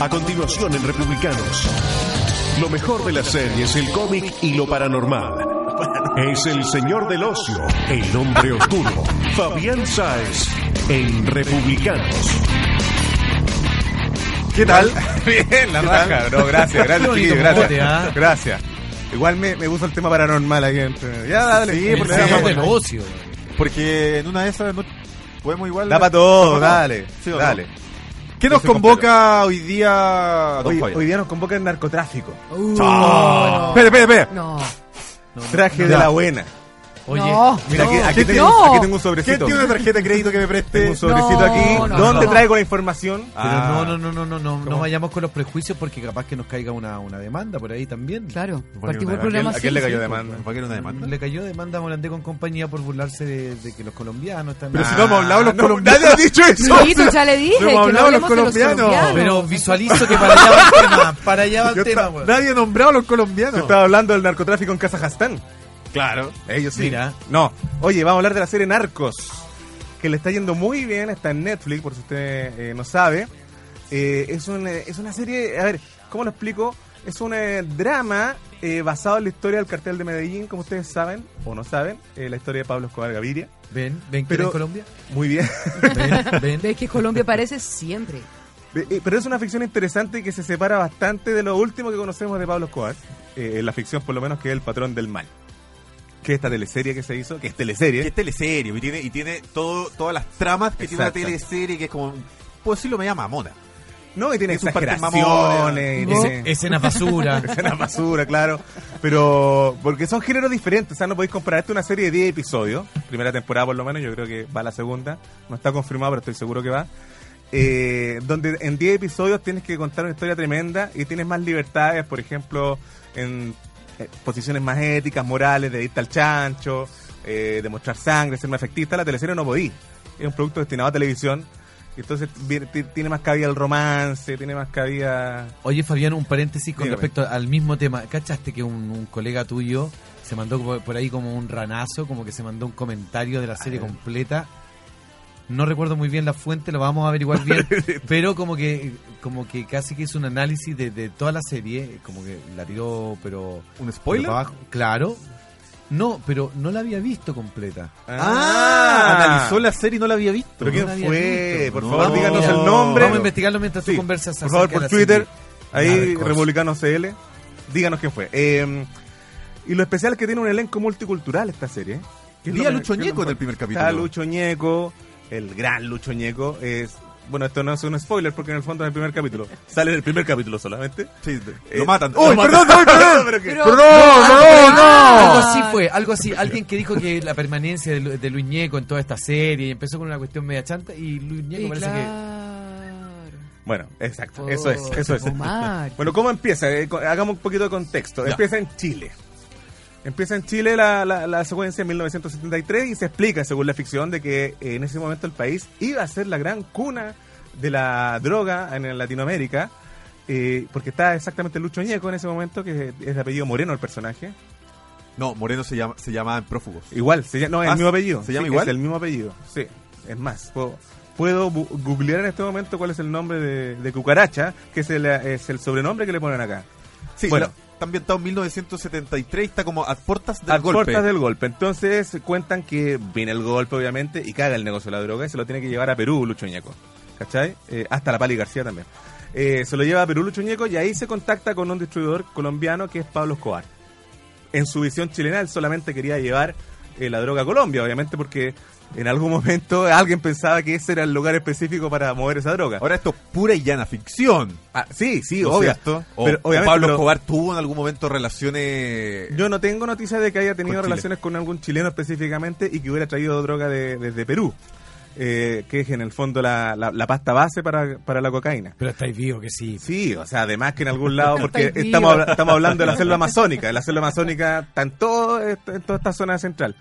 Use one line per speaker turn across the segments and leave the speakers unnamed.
A continuación en Republicanos. Lo mejor de las series, el cómic y lo paranormal. Es el señor del ocio, el hombre oscuro, Fabián Sáez, en Republicanos.
¿Qué tal?
Bien, la
¿Qué tal?
raja, bro. Gracias, gracias,
bonito
chiquillo, gracias.
mote, ¿ah?
Gracias. Igual me, me gusta el tema paranormal aquí entre Ya, dale.
Sí,
El
porque-
señor
sí.
del ocio.
Porque en una de esas no podemos igual.
Da para
Da
todo,
pa'
dale.
Sí, o no.
dale.
¿Qué
Yo
nos
soy
convoca hoy día, don
Hoy,
Fabián?
hoy día nos convoca el narcotráfico.
Uh,
Espera, espera, espera.
No.
Traje
no.
de
Ya.
la buena.
Oye,
No.
Mira, aquí, aquí
¿Quién
tengo,
tiene-
aquí tengo un
¿Quién
sobrecito.
tiene una tarjeta de crédito que me
Tengo
preste?
un sobrecito aquí.
No, no,
¿Dónde
no.
traigo la información?
Ah,
Pero no, no, no, no, no, no, no vayamos con los prejuicios porque capaz que nos caiga una, una demanda por ahí también.
Claro.
Porque
Particular
una-
programa
¿A
así.
quién le cayó
sí.
demanda?
¿Para qué era una demanda?
Le cayó demanda a Morandé con compañía por burlarse de, de que los colombianos están...
Pero si
Ah,
no hemos hablado los
no,
colombianos.
nadie ha dicho eso.
Sí, tú ya le dije.
No
que
hemos
no
hablado los
hablemos de
colombianos.
Pero visualizo que para allá va el tema, para allá va el
Yo
tema,
ta-
weón.
Nadie ha nombrado a los
Yo
colombianos.
estaba hablando del narcotráfico en Kazajstán.
Claro.
Ellos sí.
Mira.
No. Oye, vamos a hablar de la serie Narcos. Que le está yendo muy bien. Está en Netflix, por si usted eh, no sabe. Eh, es, un, eh, es una serie. A ver, ¿cómo lo explico? Es un eh, drama eh, basado en la historia del cartel de Medellín, como ustedes saben o no saben. eh, la historia de Pablo Escobar Gaviria.
Ven, ven que
Pero-
era en Colombia.
Muy bien.
Ven, ven.
Ves que Colombia aparece siempre.
Eh, eh, Pero es una ficción interesante que se separa bastante de lo último que conocemos de Pablo Escobar. Eh, la ficción, por lo menos, que es El Patrón del Mal. Que esta teleserie que se hizo, que es teleserie.
Que es teleserie y tiene, y tiene todo, todas las tramas que tiene una
Exacto.
teleserie que es como. Puedo decirlo, me llama mamona.
No, y tiene
Es un parte
exageraciones, y
mamón.
tiene
Escenas basura.
escenas basura, claro. Pero, porque son géneros diferentes, o sea, no podéis comparar esto a una serie de 10 episodios, primera temporada por lo menos, yo creo que va a la segunda, no está confirmado, pero estoy seguro que va. Eh, donde en 10 episodios tienes que contar una historia tremenda y tienes más libertades, por ejemplo, en eh, posiciones más éticas, morales, de irte al chancho, eh, de mostrar sangre, ser más efectista, la teleserie no podí. Es un producto destinado a televisión. Entonces viene- ti- tiene más cabida el romance, tiene más cabida...
Oye, Fabián, un paréntesis con
Dígame.
respecto al mismo tema. ¿Cachaste que un, un colega tuyo se mandó por, por ahí como un ranazo, como que se mandó un comentario de la serie completa? No recuerdo muy bien la fuente, lo vamos a averiguar bien, pero como que como que casi que hizo un análisis de, de toda la serie, como que la tiró, pero...
¿Un
pero
spoiler?
para abajo. Claro. No, pero no la había visto completa.
Ah, analizó la serie y no la había visto.
¿Pero quién
la había
fue?
visto.
Por
No,
favor,
no.
díganos
mira,
el nombre.
Vamos a investigarlo mientras
Sí.
tú conversas.
Por favor,
acerca
por
de la
Twitter,
serie.
ahí,
Narcos.
Republicano CL. Díganos quién fue. Eh, y lo especial es que tiene un elenco multicultural esta serie. Que es
Vi
lo
a
me-
Lucho
que es lo
Ñeco en
mejor.
el primer capítulo.
Está Lucho Ñeco, el gran Lucho Ñeco. Es, bueno, esto no es un spoiler porque en el fondo es el primer capítulo. Sale en el primer capítulo solamente.
Sí,
Eh,
lo matan.
¡Uy,
Lo
perdón,
matan.
perdón, perdón!
Pero-
Perdón,
Ah,
Algo
ah,
así fue, algo así. Alguien que dijo que la permanencia de, Lu- de Luis Ñeco en toda esta serie y empezó con una cuestión media chanta y Luis Ñeco
Y
parece
claro.
Bueno, exacto, eso
Oh,
es, eso es.
Omar.
Bueno, ¿cómo empieza? Eh, co- hagamos un poquito de contexto.
Ya.
Empieza en Chile. Empieza en Chile la, la, la secuencia en 1973 y se explica, según la ficción, de que eh, en ese momento el país iba a ser la gran cuna de la droga en Latinoamérica, eh, porque está exactamente Lucho Ñeco en ese momento, que es de apellido Moreno el personaje.
No, Moreno se llama, se llama en prófugos.
Igual, se llama, no, es el
Ah,
mismo apellido.
¿se llama
Sí,
igual?
Es el mismo apellido, sí. Es más, puedo, puedo bu- googlear en este momento cuál es el nombre de, de Cucaracha, que es el, eh, es el sobrenombre que le ponen acá.
Sí,
Bueno.
bueno. está ambientado en 1973, está como a puertas del
a
golpe.
puertas del golpe. Entonces cuentan que viene el golpe, obviamente, y caga el negocio de la droga y se lo tiene que llevar a Perú, Lucho Ñeco. ¿Cachai? Eh, hasta la Pali García también. Eh, se lo lleva a Perú, Lucho Ñeco, y ahí se contacta con un distribuidor colombiano que es Pablo Escobar. En su visión chilena, él solamente quería llevar eh, la droga a Colombia, obviamente, porque en algún momento alguien pensaba que ese era el lugar específico para mover esa droga.
Ahora esto es pura y llana ficción.
Ah, sí, sí,
¿no es
obvio.
cierto? O,
Pero,
o
obviamente,
Pablo
pero-
Escobar tuvo en algún momento relaciones...
Yo no tengo noticia de que haya tenido
Con Chile.
relaciones con algún chileno específicamente y que hubiera traído droga de- desde Perú, eh, que es en el fondo la, la- la pasta base para, para la cocaína.
Pero estáis vivo que sí.
Sí, o sea, además que en algún lado, porque
Está
estamos,
vivo.
habla- estamos hablando de la selva amazónica, de la selva amazónica está en, todo esto- en toda esta zona central.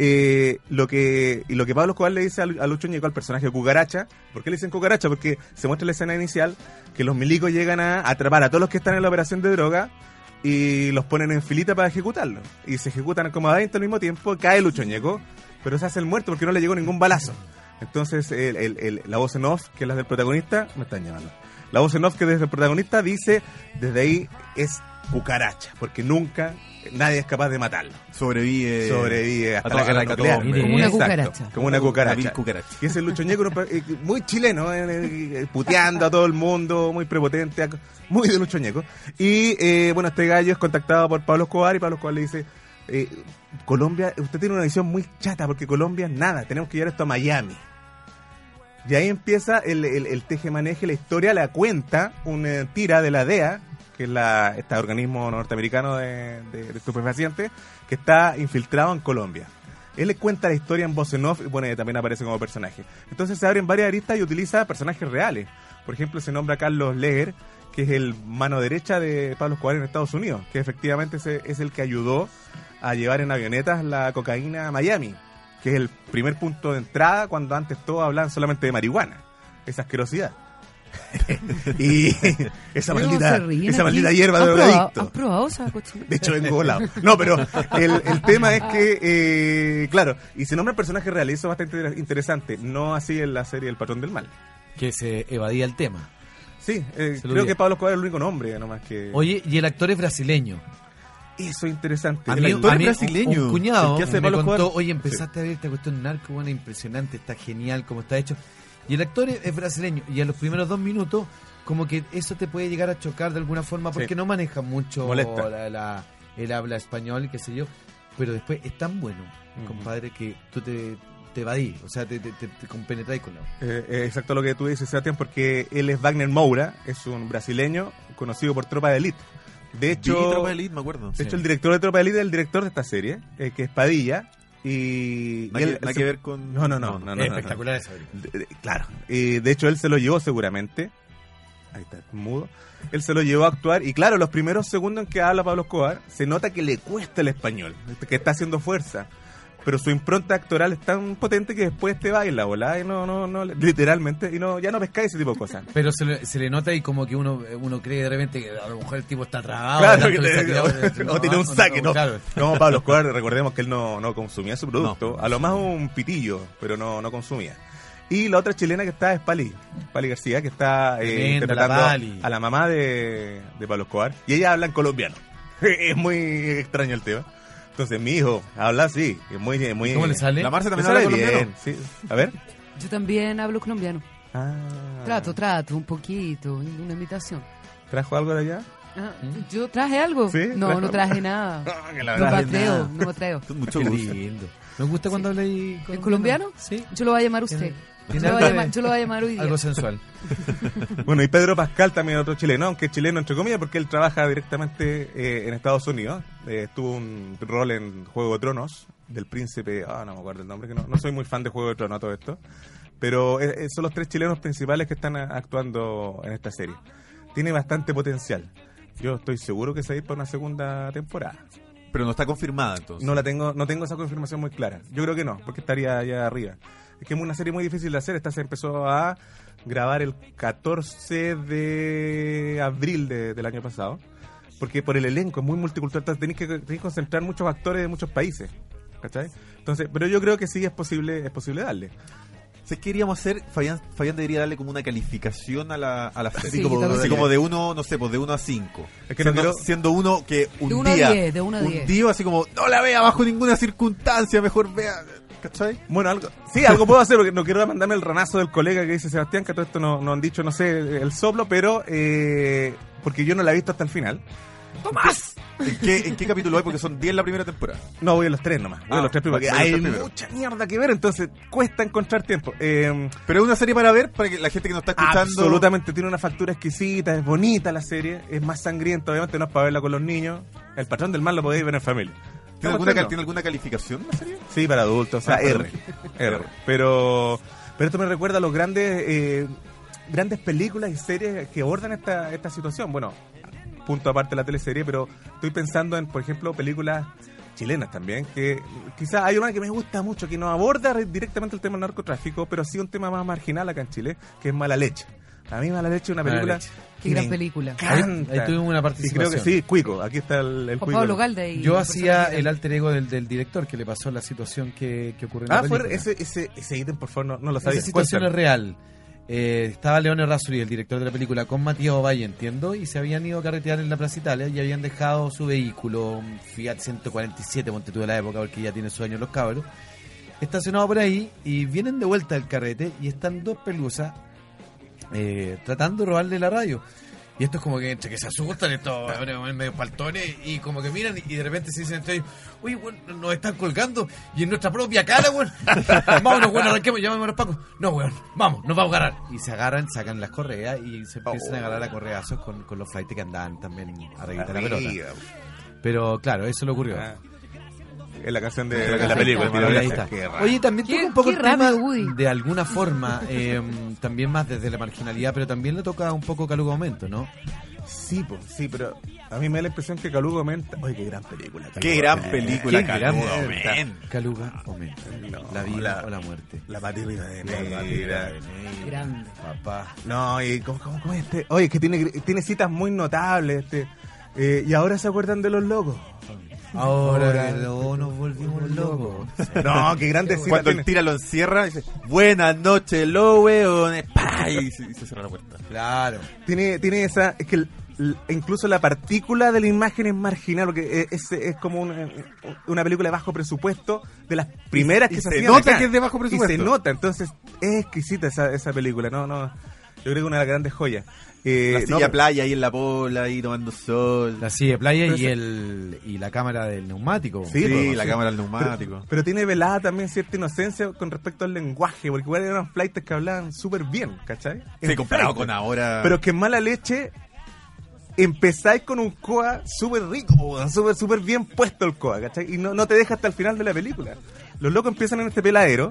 Eh, lo que y lo que Pablo Escobar le dice a, Lu- a Lucho Ñeco, al personaje Cucaracha, ¿por qué le dicen Cucaracha? Porque se muestra en la escena inicial que los milicos llegan a atrapar a todos los que están en la operación de droga y los ponen en filita para ejecutarlos. Y se ejecutan como a 20 al mismo tiempo, cae Lucho Ñeco, pero se hace el muerto porque no le llegó ningún balazo. Entonces, el- el- el- la voz en off, que es la del protagonista, me están llamando. La voz en off que desde el protagonista dice, desde ahí es cucaracha, porque nunca nadie es capaz de matarlo. Eh,
Sobrevive.
Sobrevive hasta la
toda-
guerra
a todo
nuclear.
hombre.
Como una
Exacto,
cucaracha.
Como una cucaracha.
Vil cucaracha.
Y ese Luchoñeco, era un pa- eh, muy chileno, eh, eh, puteando a todo el mundo, muy prepotente, ac- muy de Luchoñeco. Y eh, bueno, este gallo es contactado por Pablo Escobar y Pablo Escobar le dice, eh, Colombia, usted tiene una visión muy chata porque Colombia es nada, tenemos que llevar esto a Miami. Y ahí empieza el, el, el teje-maneje, la historia la cuenta una tira de la DEA, que es la, este organismo norteamericano de, de- de estupefacientes, que está infiltrado en Colombia. Él le cuenta la historia en voz en off y bueno, también aparece como personaje. Entonces se abren varias aristas y utiliza personajes reales. Por ejemplo, se nombra Carlos Leger, que es el mano derecha de Pablo Escobar en Estados Unidos, que efectivamente se- es el que ayudó a llevar en avionetas la cocaína a Miami, que es el primer punto de entrada cuando antes todos hablaban solamente de marihuana. Esa asquerosidad. y esa
Oye,
maldita,
se ríen
esa
aquí.
maldita hierba de
¿Han probado-
drogadicto.
¿Han probado esa cochina?
De hecho, vengo volado. No, pero el, el tema es que, eh, claro, y se nombra el personaje real, y eso es bastante inter- interesante. No así en la serie El Patrón del Mal.
que se evadía el tema.
Sí, eh,
Se lo
creo
vi.
que Pablo Escobar es el único nombre, nomás que.
Oye, y el actor es brasileño.
Eso es interesante.
A
El
mí,
actor
a mí
es
un-
brasileño.
Un, cuñado
El que hace de
me
Pablo
contó,
Escobar.
oye, empezaste a ver esta cuestión narco, bueno, impresionante, está genial como está hecho. Y el actor es, es brasileño, y a los primeros dos minutos, como que eso te puede llegar a chocar de alguna forma, porque
Sí.
no maneja mucho
Molesta.
la, la- el habla español y qué sé yo. Pero después es tan bueno, compadre, que tú te, te evadís, o sea, te, te, te- te compenetráis con él.
Eh, eh, exacto lo que tú dices, Sebastián, porque él es Wagner Moura, es un brasileño conocido por Tropa de Elite. De
Vi
hecho,
Tropa de Elite, me acuerdo.
de hecho,
Sí.
el director de Tropa de Elite es el director de esta serie, eh, que es Padilla. Y,
Nada
y
que-
él-
nada que ver con.
No, no, no, no, no, no.
Espectacular esa película.
De- de- claro. Eh, de hecho, él se lo llevó seguramente. Ahí está, mudo. Él se lo llevó a actuar. Y claro, los primeros segundos en que habla Pablo Escobar, se nota que le cuesta el español, este, que está haciendo fuerza. Pero su impronta actoral es tan potente que después te baila, volá, y no, no, no, literalmente, y no, ya no pescáis ese tipo de cosas.
Pero se le, se le nota y como que uno, uno cree de repente que a lo mejor el tipo está trabado.
Claro,
tanto
que
le
te-
saqueaba,
o- o tiene un saque, ¿no?
claro.
No, Pablo Escobar, recordemos que él no, no consumía su producto.
No.
a lo más un pitillo, pero no, no consumía. Y la otra chilena que está es Pali, Pali García, que está eh,
Tremenda,
interpretando
la Pali.
a la mamá de, de Pablo Escobar. Y ella habla en colombiano. es muy extraño el tema. Entonces, mi hijo habla así. Es muy, es muy,
¿Cómo le sale?
La Marce
Le
también
sale
habla
bien,
colombiano.
sí. A ver.
Yo también hablo colombiano.
Ah,
Trato, trato, un poquito, una imitación.
Ah, ¿Trajo algo de allá?
Ah, yo traje algo.
¿Mm? ¿Sí? ¿Trajo
No, no
algo?
traje nada.
Ah, que la
No
verdad-
patreo, no patreo.
Con mucho
Qué
gusto.
lindo. Me gusta cuando habla ahí.
¿En colombiano?
Sí.
Yo lo voy a llamar usted. Yo
Tiene
lo voy
algo
a
de-
llamar, yo lo voy a llamar hoy día.
Algo sensual.
Bueno, y Pedro Pascal también es otro chileno, aunque es chileno entre comillas, porque él trabaja directamente eh, en Estados Unidos. Eh, tuvo un rol en Juego de Tronos, del príncipe, ah, no me acuerdo el nombre, que no, no soy muy fan de Juego de Tronos, todo esto. Pero eh, eh, son los tres chilenos principales que están ah, actuando en esta serie. Tiene bastante potencial. Yo estoy seguro que se va a ir para una segunda temporada.
Pero no está confirmada entonces.
Pues No la tengo, no tengo esa confirmación muy clara. Yo creo que no, porque estaría allá arriba. Es que es una serie muy difícil de hacer. Esta se empezó a grabar el 14 de abril de- del año pasado. Porque por el elenco es muy multicultural, entonces tenés que, tenés que concentrar muchos actores de muchos países. ¿Cachai? Entonces, pero yo creo que sí es posible, es posible darle.
¿Sabes qué queríamos hacer? Fabián, Fabián debería darle como una calificación a la, a la serie.
Sí,
como,
tal
así
vez.
como de uno, no sé, pues de uno a cinco.
Es que no
siendo,
quiero-
siendo uno que un
De uno a
día.
diez, de uno a diez.
Un día así como, no la vea bajo ninguna circunstancia, mejor vea. ¿Cachai?
Bueno, algo, sí, algo puedo hacer, porque no quiero mandarme el ranazo del colega que dice Sebastián, que a todo esto no, no han dicho, no sé, el soplo, pero eh, porque yo no la he visto hasta el final.
¿En qué, en qué capítulo hay? Porque son 10 la primera temporada.
No, voy a los tres nomás. Voy a
Ah,
los tres primeros.
voy
porque
a los
hay
tres primeros.
mucha mierda que ver, entonces cuesta encontrar tiempo. Eh,
Pero es una serie para ver, para que la gente que nos está escuchando.
absolutamente tiene una factura exquisita, es bonita la serie, es más sangrienta, obviamente no es para verla con los niños. El patrón del mal lo podéis ver en familia. Estamos
¿Tiene alguna, cal-
claro.
¿Tiene alguna calificación la serie?
Sí, para adultos, o sea,
Ah, para
R, R. Pero, pero esto me recuerda a los grandes, eh, grandes películas y series que abordan esta, esta situación. Bueno, punto aparte de la teleserie, pero estoy pensando en, por ejemplo, películas chilenas también, que quizás hay una que me gusta mucho, que no aborda re- directamente el tema del narcotráfico, pero sí un tema más marginal acá en Chile, que es Mala Leche. A mí Mala Leche es una
Mala
película.
Leche.
Qué
que
gran
me
película.
Ahí,
encanta.
ahí tuvimos una
Y creo
participación.
que sí, Cuico. Aquí está el, el
Con
Cuico.
Pablo Galde y...
Yo hacía el alter ego del, del director que le pasó la situación que, que ocurrió en
Ah,
la
fue
película.
ese, ese, ese ítem, por favor, no, no lo
Esa
sabía.
situación
Cuéntalo.
es real. Eh, estaba Leone Razzoli, el director de la película, con Matías Ovalle, entiendo, y se habían ido a carretear en la Plaza Italia y habían dejado su vehículo, un Fiat 147, ponte tú de la época, porque ya tiene sus años los cabros, estacionado por ahí y vienen de vuelta del carrete y están dos pelusas eh, tratando de robarle la radio. Y esto es como que entre que se asustan estos weones medio paltones y como que miran y de repente se dicen entre ellos, uy, weón, nos están colgando y en nuestra propia cara, weón. Vámonos, weón, arranquemos, llamemos a los pacos. No, weón, vamos, nos vamos a Oh. agarrar. Y se agarran, sacan las correas y se empiezan a agarrar a correazos con, con los flights que andaban también a reguitar la pelota.
Arriba.
Pero claro, eso lo ocurrió.
Ah. Es la canción de,
la
de la película.
película.
Tiro
Ahí está.
Gracias. Qué raro.
Oye, también
Qué-
toca un poco
qué
el tema
rápido, Woody.
de alguna forma, eh, también más desde la marginalidad, pero también le toca un poco Caluga Aumento, ¿no?
Sí, po, sí, pero a mí me da la impresión que Calugo Menta. Oye, qué gran película. Calugo
Qué gran
Menta.
película,
Qué gran
Calugo
película.
Menta.
Caluga Aumento.
No,
la vida
la-
o la muerte.
La Pati
La
Rivadeneira.
Grande.
Papá.
No, y ¿cómo, cómo, cómo es este? Oye, es que tiene, tiene citas muy notables. Este. Eh, y ahora se acuerdan de los locos.
Ahora luego nos volvimos locos.
No, qué grandes citas.
Cuando
tiene.
el tira lo encierra, dice, buenas noches, lo weones. ¡Pah! Y se, y se cierra la puerta.
Claro.
Tiene, tiene esa. Es que el- l- incluso la partícula de la imagen es marginal, porque e, es, es- es como una, una película de bajo presupuesto, de las primeras
Y-
que
y
se
se
hacían
nota
acá.
que es de bajo presupuesto.
Y se nota, entonces es exquisita esa, esa película, ¿no? no Yo creo que una de las grandes joyas. Eh,
la
no,
silla
pero-
playa ahí en la pola, ahí tomando sol.
La silla de playa
Pero
y
se-
el y la cámara del neumático.
Sí,
sí,
pues,
la
sí.
cámara del
pero,
neumático.
pero tiene velada también cierta inocencia con respecto al lenguaje, porque igual eran flights que hablaban súper bien, ¿cachai?
Se
En
comparado
flight.
con ahora.
Eh, Pero que en mala leche empezáis con un coa súper rico, weón, súper súper bien puesto el coa, ¿cachai? Y no, no te deja hasta el final de la película. Los locos empiezan en este peladero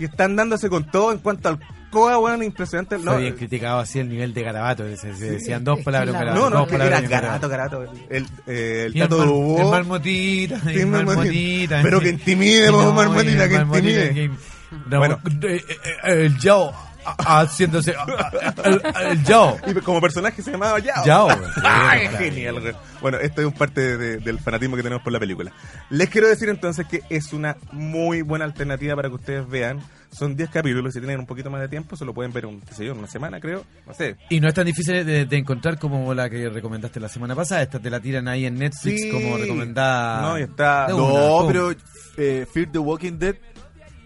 y están dándose con todo en cuanto al coa, weón, impresionante.
No,
No, eh.
bien criticado así el nivel de garabato. Se, se decían dos
Es
palabras.
que la-
garabato,
no, no,
dos
que era
palabras, un
garato, garato. El, eh, el
Y el,
tato
mar-
de Hugo.
el marmotita,
Sí,
el
marmotita.
marmotita.
Pero que intimide, po, marmotita,
el
que
marmotita,
intimide.
que- Ramón- eh, eh, eh, el Yao a- haciéndose. a- a- El, el Yao.
Y como personaje se llamaba Yao.
Yao.
¡Ay, genial! güey. Bueno, esto es un parte de- de- del fanatismo que tenemos por la película. Les quiero decir entonces que es una muy buena alternativa para que ustedes vean. Son 10 capítulos, si tienen un poquito más de tiempo, se lo pueden ver, un, qué sé yo, en una semana, creo. No sé.
Y no es tan difícil de, de encontrar como la que recomendaste la semana pasada. Esta te la tiran ahí en Netflix
Sí.
como recomendada.
No, y está-
de una,
no,
pum.
pero eh, Fear the Walking Dead.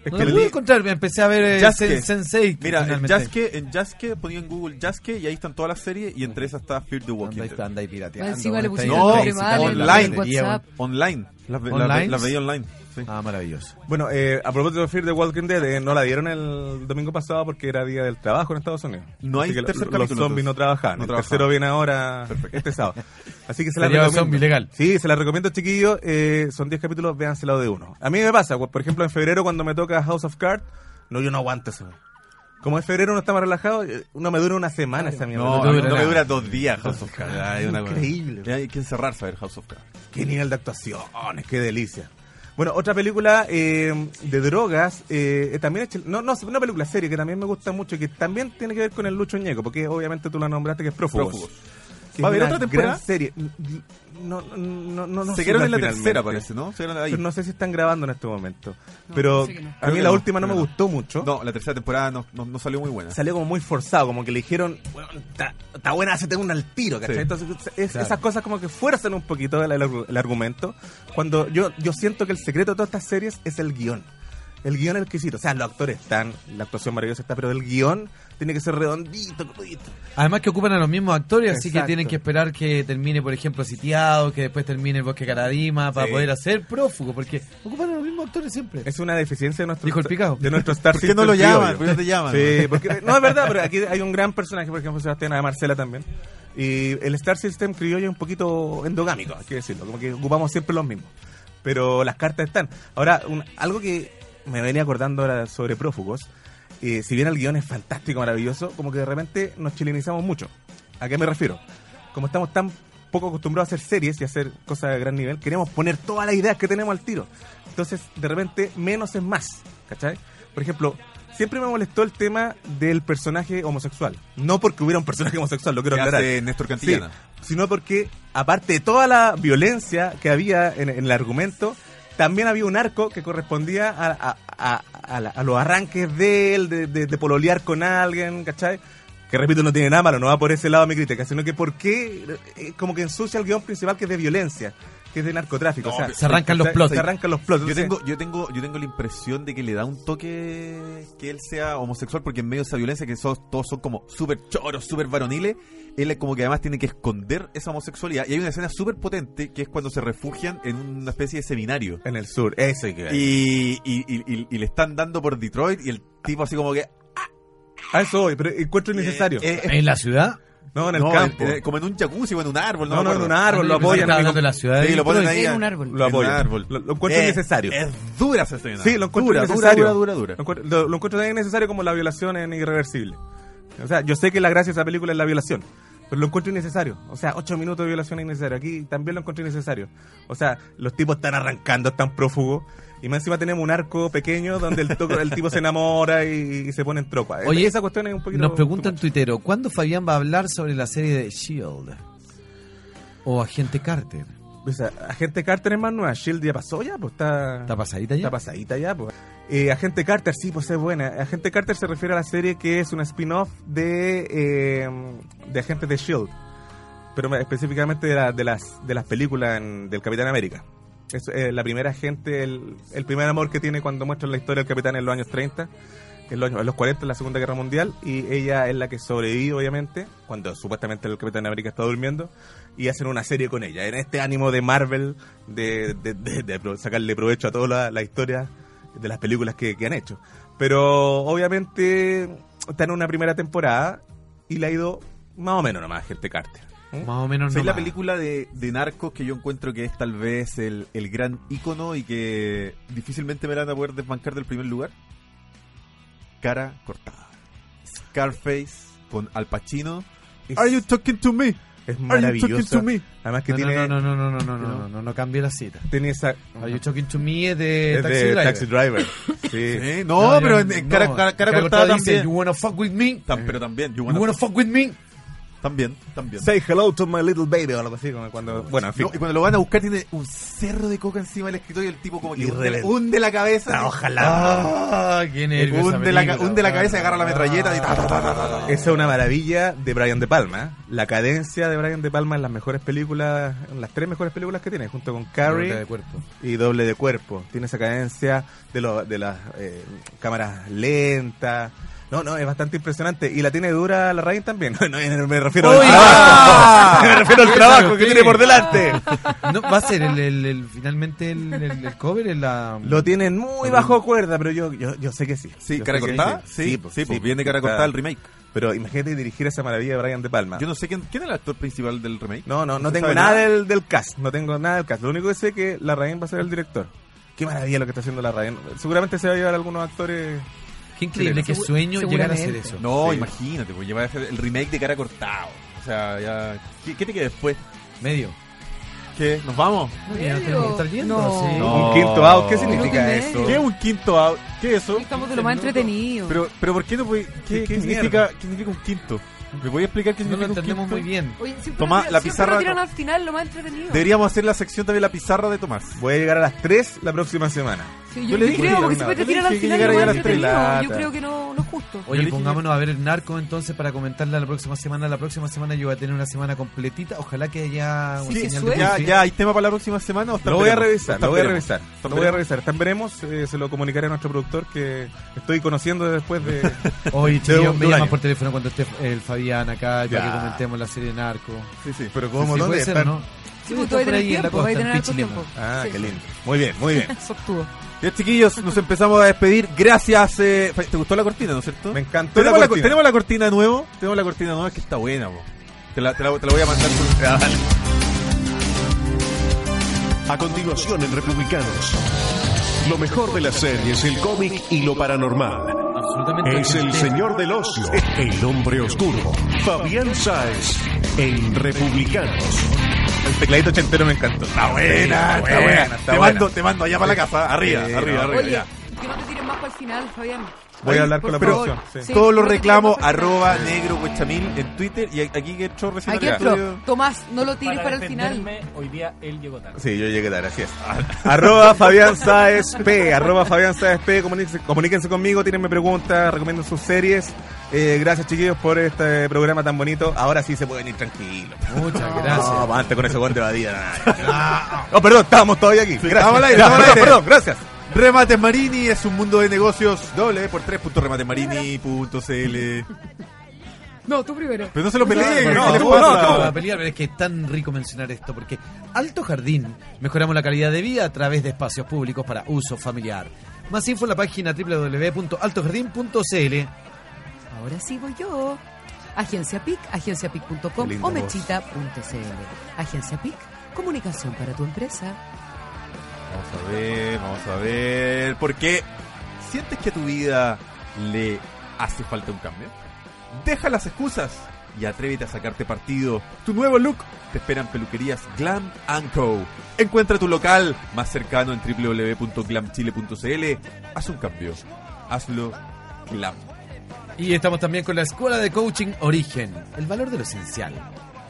Es
No
que
la
el
pude
li-
encontrar. Empecé a ver eh,
Yasuke.
Sen- Sense8.
Mira, en
finalmente.
Jaske, en Jaske, ponía en Google Jaske y ahí están todas las series y entre esas está Fear the Walking
Anda, ahí-
Dead.
anda ahí pirateando.
Bueno, encima le
está ahí
pusieron
en
nombre
Netflix y
mal
todo,
en
la
el
piratería,
WhatsApp.
Online. Las ve- las ve-
¿Online?
las veía online. sí.
bueno. Ah, maravilloso.
Bueno, eh, a propósito de Fear the Walking Dead, eh, no la dieron el domingo pasado porque era día del trabajo en Estados Unidos.
No hay
Así que lo-
tercer
los
capítulo,
zombies
entonces.
no trabajaban.
No
el
trabajaban.
tercero viene ahora este sábado. Así que se la
Sería un
recomiendo.
zombie legal.
Sí, se la recomiendo, chiquillos. Eh, son 10 capítulos, véanselo de uno. A mí me pasa, por ejemplo, en febrero cuando me toca House of Cards, no, yo no aguanto eso. Como en febrero uno está más relajado, eh, no me dura una semana esa mierda.
No
No,
dura
no, me
nada.
dura dos días House of Cards. Ay, una cosa.
Increíble.
Hay que encerrarse a ver House of Cards.
Qué nivel de actuaciones, qué delicia. Bueno, otra película eh, de drogas, eh, eh, también es chil- no, no, una película serie que también me gusta mucho, que también tiene que ver con el Lucho Ñeco, porque obviamente tú la nombraste que es Prófugos.
Prófugos.
Que
¿Va a
es
haber
una
otra temporada?
gran serie. No, no, no, no, no
Se
sé
quedaron en la
finalmente.
tercera, parece, ¿no? Se quedaron ahí.
Pero no sé si están grabando en este momento.
No,
pero
parece que no.
a
Creo
mí
que
la
no,
última no me
creo que no.
gustó mucho.
No, la tercera temporada no, no- no salió muy buena.
Ah. Salió como muy forzado, como que le dijeron, "Weón, está está buena, hacete una al tiro, ¿cachai?
Sí.
Entonces, es-
Claro.
esas cosas como que fuerzan un poquito el, el argu- el argumento. Cuando yo, yo siento que el secreto de todas estas series es el guión. El guión es exquisito. O sea, los actores están, la actuación maravillosa está, pero el guión tiene que ser redondito, crudito.
Además que ocupan a los mismos actores, así que
Exacto.
tienen que esperar que termine, por ejemplo, Sitiado, que después termine el Bosque Caradima, para
Sí.
poder hacer prófugo, porque ocupan a los mismos actores siempre.
Es una deficiencia de nuestro,
Dijo el picado.
De nuestro Star
¿Por qué no
System
lo llaman?
criollo.
¿Por qué no te llaman?
Sí, porque, no, es verdad, pero aquí hay un gran personaje, por ejemplo, Sebastián, a Marcela también. Y el Star System criollo es un poquito endogámico, hay que decirlo, como que ocupamos siempre los mismos. Pero las cartas están. Ahora, un- algo que me venía acordando ahora sobre prófugos, eh, si bien el guión es fantástico, maravilloso, como que de repente nos chilenizamos mucho. ¿A qué me refiero? Como estamos tan poco acostumbrados a hacer series y a hacer cosas de gran nivel, queremos poner todas las ideas que tenemos al tiro. Entonces, de repente, menos es más, ¿cachai? Por ejemplo, siempre me molestó el tema del personaje homosexual. No porque hubiera un personaje homosexual, lo quiero
que
aclarar.
hace Néstor
Sí,
Cantillana.
sino porque, aparte de toda la violencia que había en, en el argumento, también había un arco que correspondía a, a- a- a la- a los arranques de él, de, de- de pololear con alguien, ¿cachai? Que repito, no tiene nada malo, no va por ese lado mi crítica, sino que por qué eh, como que ensucia el guión principal que es de violencia, que es de narcotráfico.
No,
o sea,
se arrancan los
se-
plots.
Se arrancan los plots.
Yo
Entonces,
tengo, yo tengo, yo tengo la impresión de que le da un toque que él sea homosexual, porque en medio de esa violencia que son- todos son como súper choros, súper varoniles, él es como que además tiene que esconder esa homosexualidad. Y hay una escena súper potente que es cuando se refugian en una especie de seminario.
En el sur, ese que
Y, y- y- y- y le están dando por Detroit y el tipo así como que...
A eso voy, pero encuentro innecesario.
eh, eh,
¿En la ciudad?
no, en el
no,
campo.
eh, como en un jacuzzi o en un árbol. No,
no,
me
no, en
acuerdo.
un árbol, lo
Ah, yo pensaba
apoyan.
que
amigo.
estaba hablando de la ciudad. de
Sí, lo ponen
Sí,
ahí.
en
a-
un árbol.
Lo
en
apoyan.
un árbol.
Lo, lo encuentro
Es-
innecesario.
Eh, Es dura esa escena.
Sí, lo encuentro
dura, dura,
innecesario.
dura, dura, dura.
Lo encuentro, lo- lo encuentro tan innecesario como la violación en irreversible. O sea, yo sé que la gracia de esa película es la violación, pero lo encuentro innecesario. O sea, ocho minutos de violación es innecesario. Aquí también lo encuentro innecesario. O sea, los tipos están arrancando, están prófugos. Y más encima tenemos un arco pequeño donde el, to- el tipo se enamora y, y se pone en tropa.
Oye,
esa cuestión es un poquito.
Nos preguntan tuitero, ¿cuándo Fabián va a hablar sobre la serie de S.H.I.E.L.D.? O Agente Carter.
O sea, Agente Carter, hermano, a Shield ya pasó ya, pues está.
¿Está pasadita ya?
Está pasadita ya, pues. Eh, Agente Carter, sí, pues es buena. Agente Carter se refiere a la serie que es una spin-off de, eh, de Agentes de Shield. E Pero más específicamente de, la- de las, de las películas en- del Capitán América. Es eh, la primera gente, el, el primer amor que tiene cuando muestran la historia del Capitán en los años 30. En los, años- en los 40, en la Segunda Guerra Mundial, y ella es la que sobrevive, obviamente, cuando supuestamente el Capitán América está durmiendo, y hacen una serie con ella. En este ánimo de Marvel, de, de- de- de pro- sacarle provecho a toda la, la historia de las películas que, que han hecho. Pero obviamente está en una primera temporada y le ha ido más o menos nomás gente Carter. ¿Mm?
Más o menos
Es
no.
la
va.
película de, de narcos que yo encuentro que es tal vez el, el gran ícono y que difícilmente me la van a poder desbancar del primer lugar. Cara cortada. Scarface con Al Pacino.
Es,
Are you talking to me?
es
Are you
maravillosa.
talking to me?
Además que
No,
tiene,
no, no, no, no, no, no, no, no, no, no, no cambié la cita.
tiene esa...
Are you talking to me es de
es
Taxi
de
Driver.
Taxi Driver. Sí.
Eh, no,
yo-
pero en, en
no,
cara, cara- cara cortada
dice,
también.
You wanna fuck with me?
Tam- pero también, you
You
wanna-
wanna fuck with me?
también, también.
Say hello to my little baby o algo así. Como cuando, bueno, en fin.
No, y cuando lo van a buscar tiene un cerro de coca encima del escritorio y el tipo como que
Y
hunde,
reventa.
hunde la cabeza. así.
Ah, qué nervios esa
hunde, la, ca-
película, Ah,
hunde la
weón.
cabeza y agarra la metralleta y ta, ta, ta, ta, ta, ta.
Esa es una maravilla de Brian De Palma. ¿eh? La cadencia de Brian De Palma en las mejores películas, en las tres mejores películas que tiene, junto con
Doble de
Carrie
cuerpo.
y Doble de Cuerpo. Tiene esa cadencia de, lo- de las eh, cámaras lentas. No, no, es bastante impresionante. Y la tiene dura la Ryan también. No, no, me refiero al
¡Oiga!
trabajo. Ah, Me refiero al
¿Qué
trabajo
sabe
que
usted?
tiene por delante.
No, va a ser el, el- el- finalmente el, el- el cover, el, la...
Lo tienen muy bajo cuerda, pero yo, yo, yo sé que Mm. sí.
Sí,
Yo
cara
sé que
cortada. Sí, sí,
pues,
pues,
sí,
viene cara cortada el remake.
Pero imagínate dirigir esa maravilla de Brian De Palma.
Yo no sé quién, quién es el actor principal del remake.
Ah. No, no, no
se
tengo
sabe
nada del, del cast, no tengo nada del cast. Lo único que sé es que la Rain va a ser el director. Qué maravilla lo que está haciendo la Rain. Seguramente se va a llevar algunos actores.
Qué increíble, qué
Segu-
sueño llegar a hacer
seguramente.
eso.
No,
Sí.
imagínate, pues llevar el remake de cara cortado. O sea, ya. ¿Qué, qué te queda después?
Medio.
¿Qué? ¿Nos vamos?
No, ya nos tenemos que estar yendo,
No.
sí.
No.
Un quinto out, ¿qué
No,
significa
que
eso?
medio.
¿Qué un quinto out? ¿Qué es eso?
Estamos de lo más entretenido.
Pero, pero ¿por qué no voy- ¿Qué,
¿Qué
qué significa, qué significa un quinto? ¿Me voy a explicar qué
No lo
significa un quinto?
entendemos muy bien.
Oye, siempre
Tomá,
lo tiran-
la
siempre
pizarra
lo tiran
no.
al final, lo más entretenido.
Deberíamos hacer la sección también la pizarra de Tomás.
Voy a llegar a las 3 la próxima semana.
Sí,
yo
yo,
le
yo
dije
creo,
que
porque
llegara-
siempre te
yo le
tiran al
dije que
final, lo
llegara
más
ya a las tres.
entretenido. Yo
Lata.
creo que no, no es justo.
Oye,
dije-
pongámonos a ver el narco entonces para comentarla la próxima semana. La próxima semana yo voy a tener una semana completita. Ojalá que haya una
Sí,
señal
suerte.
de
Ya,
wifi.
ya, ¿hay tema para la próxima semana o está
Lo voy a
esperemos?
revisar,
Está
lo voy a
esperemos.
revisar. Lo voy a revisar. Están veremos, eh, se lo comunicaré a nuestro productor que estoy conociendo después de.
Oye,
De
chiquillos,
un- de
me
un
llaman
año.
por teléfono cuando esté el Fabián acá para
Ya.
que comentemos la serie Narco.
sí, sí. Pero ¿cómo?
Sí,
¿Dónde
puede ser,
están?
¿no?
Sí,
Sí,
pues
está
tú vas a
por
tener
ahí en la
tiempo, vas a
costa, en
tener harto
Pichilemu.
tiempo.
Ah,
Sí.
qué lindo. Muy bien, muy bien.
Sortudo.
Ya, chiquillos, nos empezamos a despedir. Gracias. eh, Fa- ¿Te gustó la cortina, no es cierto?
Me encantó.
¿Tenemos, la
la
co-
cortina.
tenemos la cortina de nuevo. Tenemos la cortina nueva que está buena, po. Te la, te la- te la voy a mandar por-
A continuación en Republicanos. Lo mejor de las series, el cómic y lo paranormal.
Absolutamente.
Es el señor del ocio, el hombre oscuro, Fabián Sáez, en Republicanos.
El tecladito ochentero me encantó. Está buena, está buena.
te, Mando, te mando allá para la casa. Arriba,
Sí,
arriba,
no.
arriba.
Oye,
ya.
que no te tiren más para el final, Fabián.
Voy
Ahí,
a hablar con la
pero-
producción. sí.
Sí,
Todos los
creo que
reclamos,
tenemos que
arroba
presentar.
negro huechamil en Twitter. Y aquí que entró recién
Aquí
al
entró.
estudio.
Tomás, no lo tires
Para,
para, el final.
defenderme, hoy día él llegó tarde.
Sí, yo llegué tarde, así es.
Ah,
arroba Fabián Sáez P, arroba Fabián Sáez P, comuníquense, comuníquense conmigo, tírenme preguntas, recomienden sus series. Eh, gracias chiquillos por este programa tan bonito. Ahora sí se pueden ir tranquilos.
Ah,
Muchas gracias.
No, antes con ese guante de badía. No, Oh, perdón, estábamos todavía aquí. Gracias.
estábamos al aire,
Ya,
estábamos al
perdón,
aire.
perdón, gracias.
Remates Marini es un mundo de negocios doble por tres puntos rematesmarini.cl.
No, tú primero.
Pero no se lo peleen,
No,
¿qué
no,
le
tú,
pasa?
no, tú, a pelear, pero es que es tan rico mencionar esto porque Alto Jardín mejoramos la calidad de vida a través de espacios públicos para uso familiar. Más info en la página www.altojardín.cl.
Ahora sí voy yo. Agencia PIC, agenciapic.com
Qué linda
o mechita.cl. Agencia PIC, comunicación para tu empresa.
Vamos a ver, vamos a ver. ¿Por qué sientes que a tu vida le hace falta un cambio? Deja las excusas y atrévete a sacarte partido. Tu nuevo look te esperan peluquerías Glam Co. Encuentra tu local más cercano en www.glamchile.cl. Haz un cambio. Hazlo glam.
Y estamos también con la Escuela de Coaching Origen, el valor de lo esencial.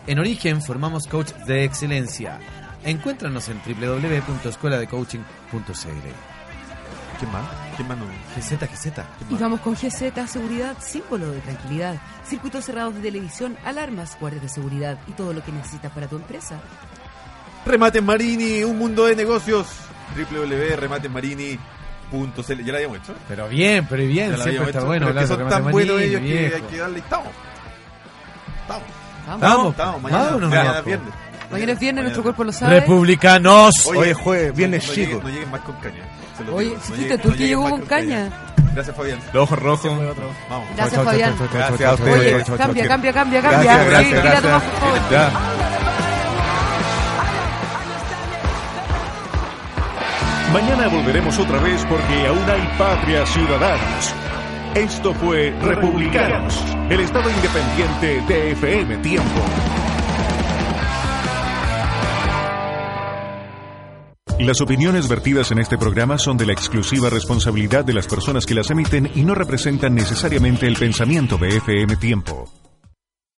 En Origen formamos coach de excelencia. Encuéntranos en www.escueladecoaching.cl.
¿Qué más? ¿Qué más no?
GZ, GZ.
Y vamos con GZ, seguridad, símbolo de tranquilidad, circuitos cerrados de televisión, alarmas, guardias de seguridad y todo lo que necesitas para tu empresa.
Remates Marini, un mundo de negocios. www.rematesmarini.cl. Ya lo habíamos hecho.
Pero bien, pero bien,
Ya lo
siempre
habíamos
está
hecho,
bueno
pero este. es
hablar de
que son
remate
tan buenos
maní,
ellos que
viejo.
hay que darle. Estamos. Estamos.
Vamos.
Vamos,
Estamos.
vámonos,
Mañana, mañana
viejo.
viernes.
Mañana es viernes, nuestro cuerpo lo sabe.
Republicanos.
Oye, jueves, viernes
no
chico.
Lleguen, no lleguen más con caña. Se los
Oye,
digo, no
si
lleguen-
fuiste tú el que
no lleguen
llegó
más
con caña.
Gracias, Fabián.
Los ojos rojos.
Vamos.
Gracias, Fabián.
Gracias a ustedes.
Oye,
Chau, chau,
cambia,
chau.
cambia, cambia,
Gracias,
cambia.
gracias,
Sí, mira, toma foto.
Ya.
Mañana volveremos otra vez porque aún hay patria ciudadanos. Esto fue Republicanos, el Estado Independiente de FM Tiempo. Las opiniones vertidas en este programa son de la exclusiva responsabilidad de las personas que las emiten y no representan necesariamente el pensamiento de FM Tiempo.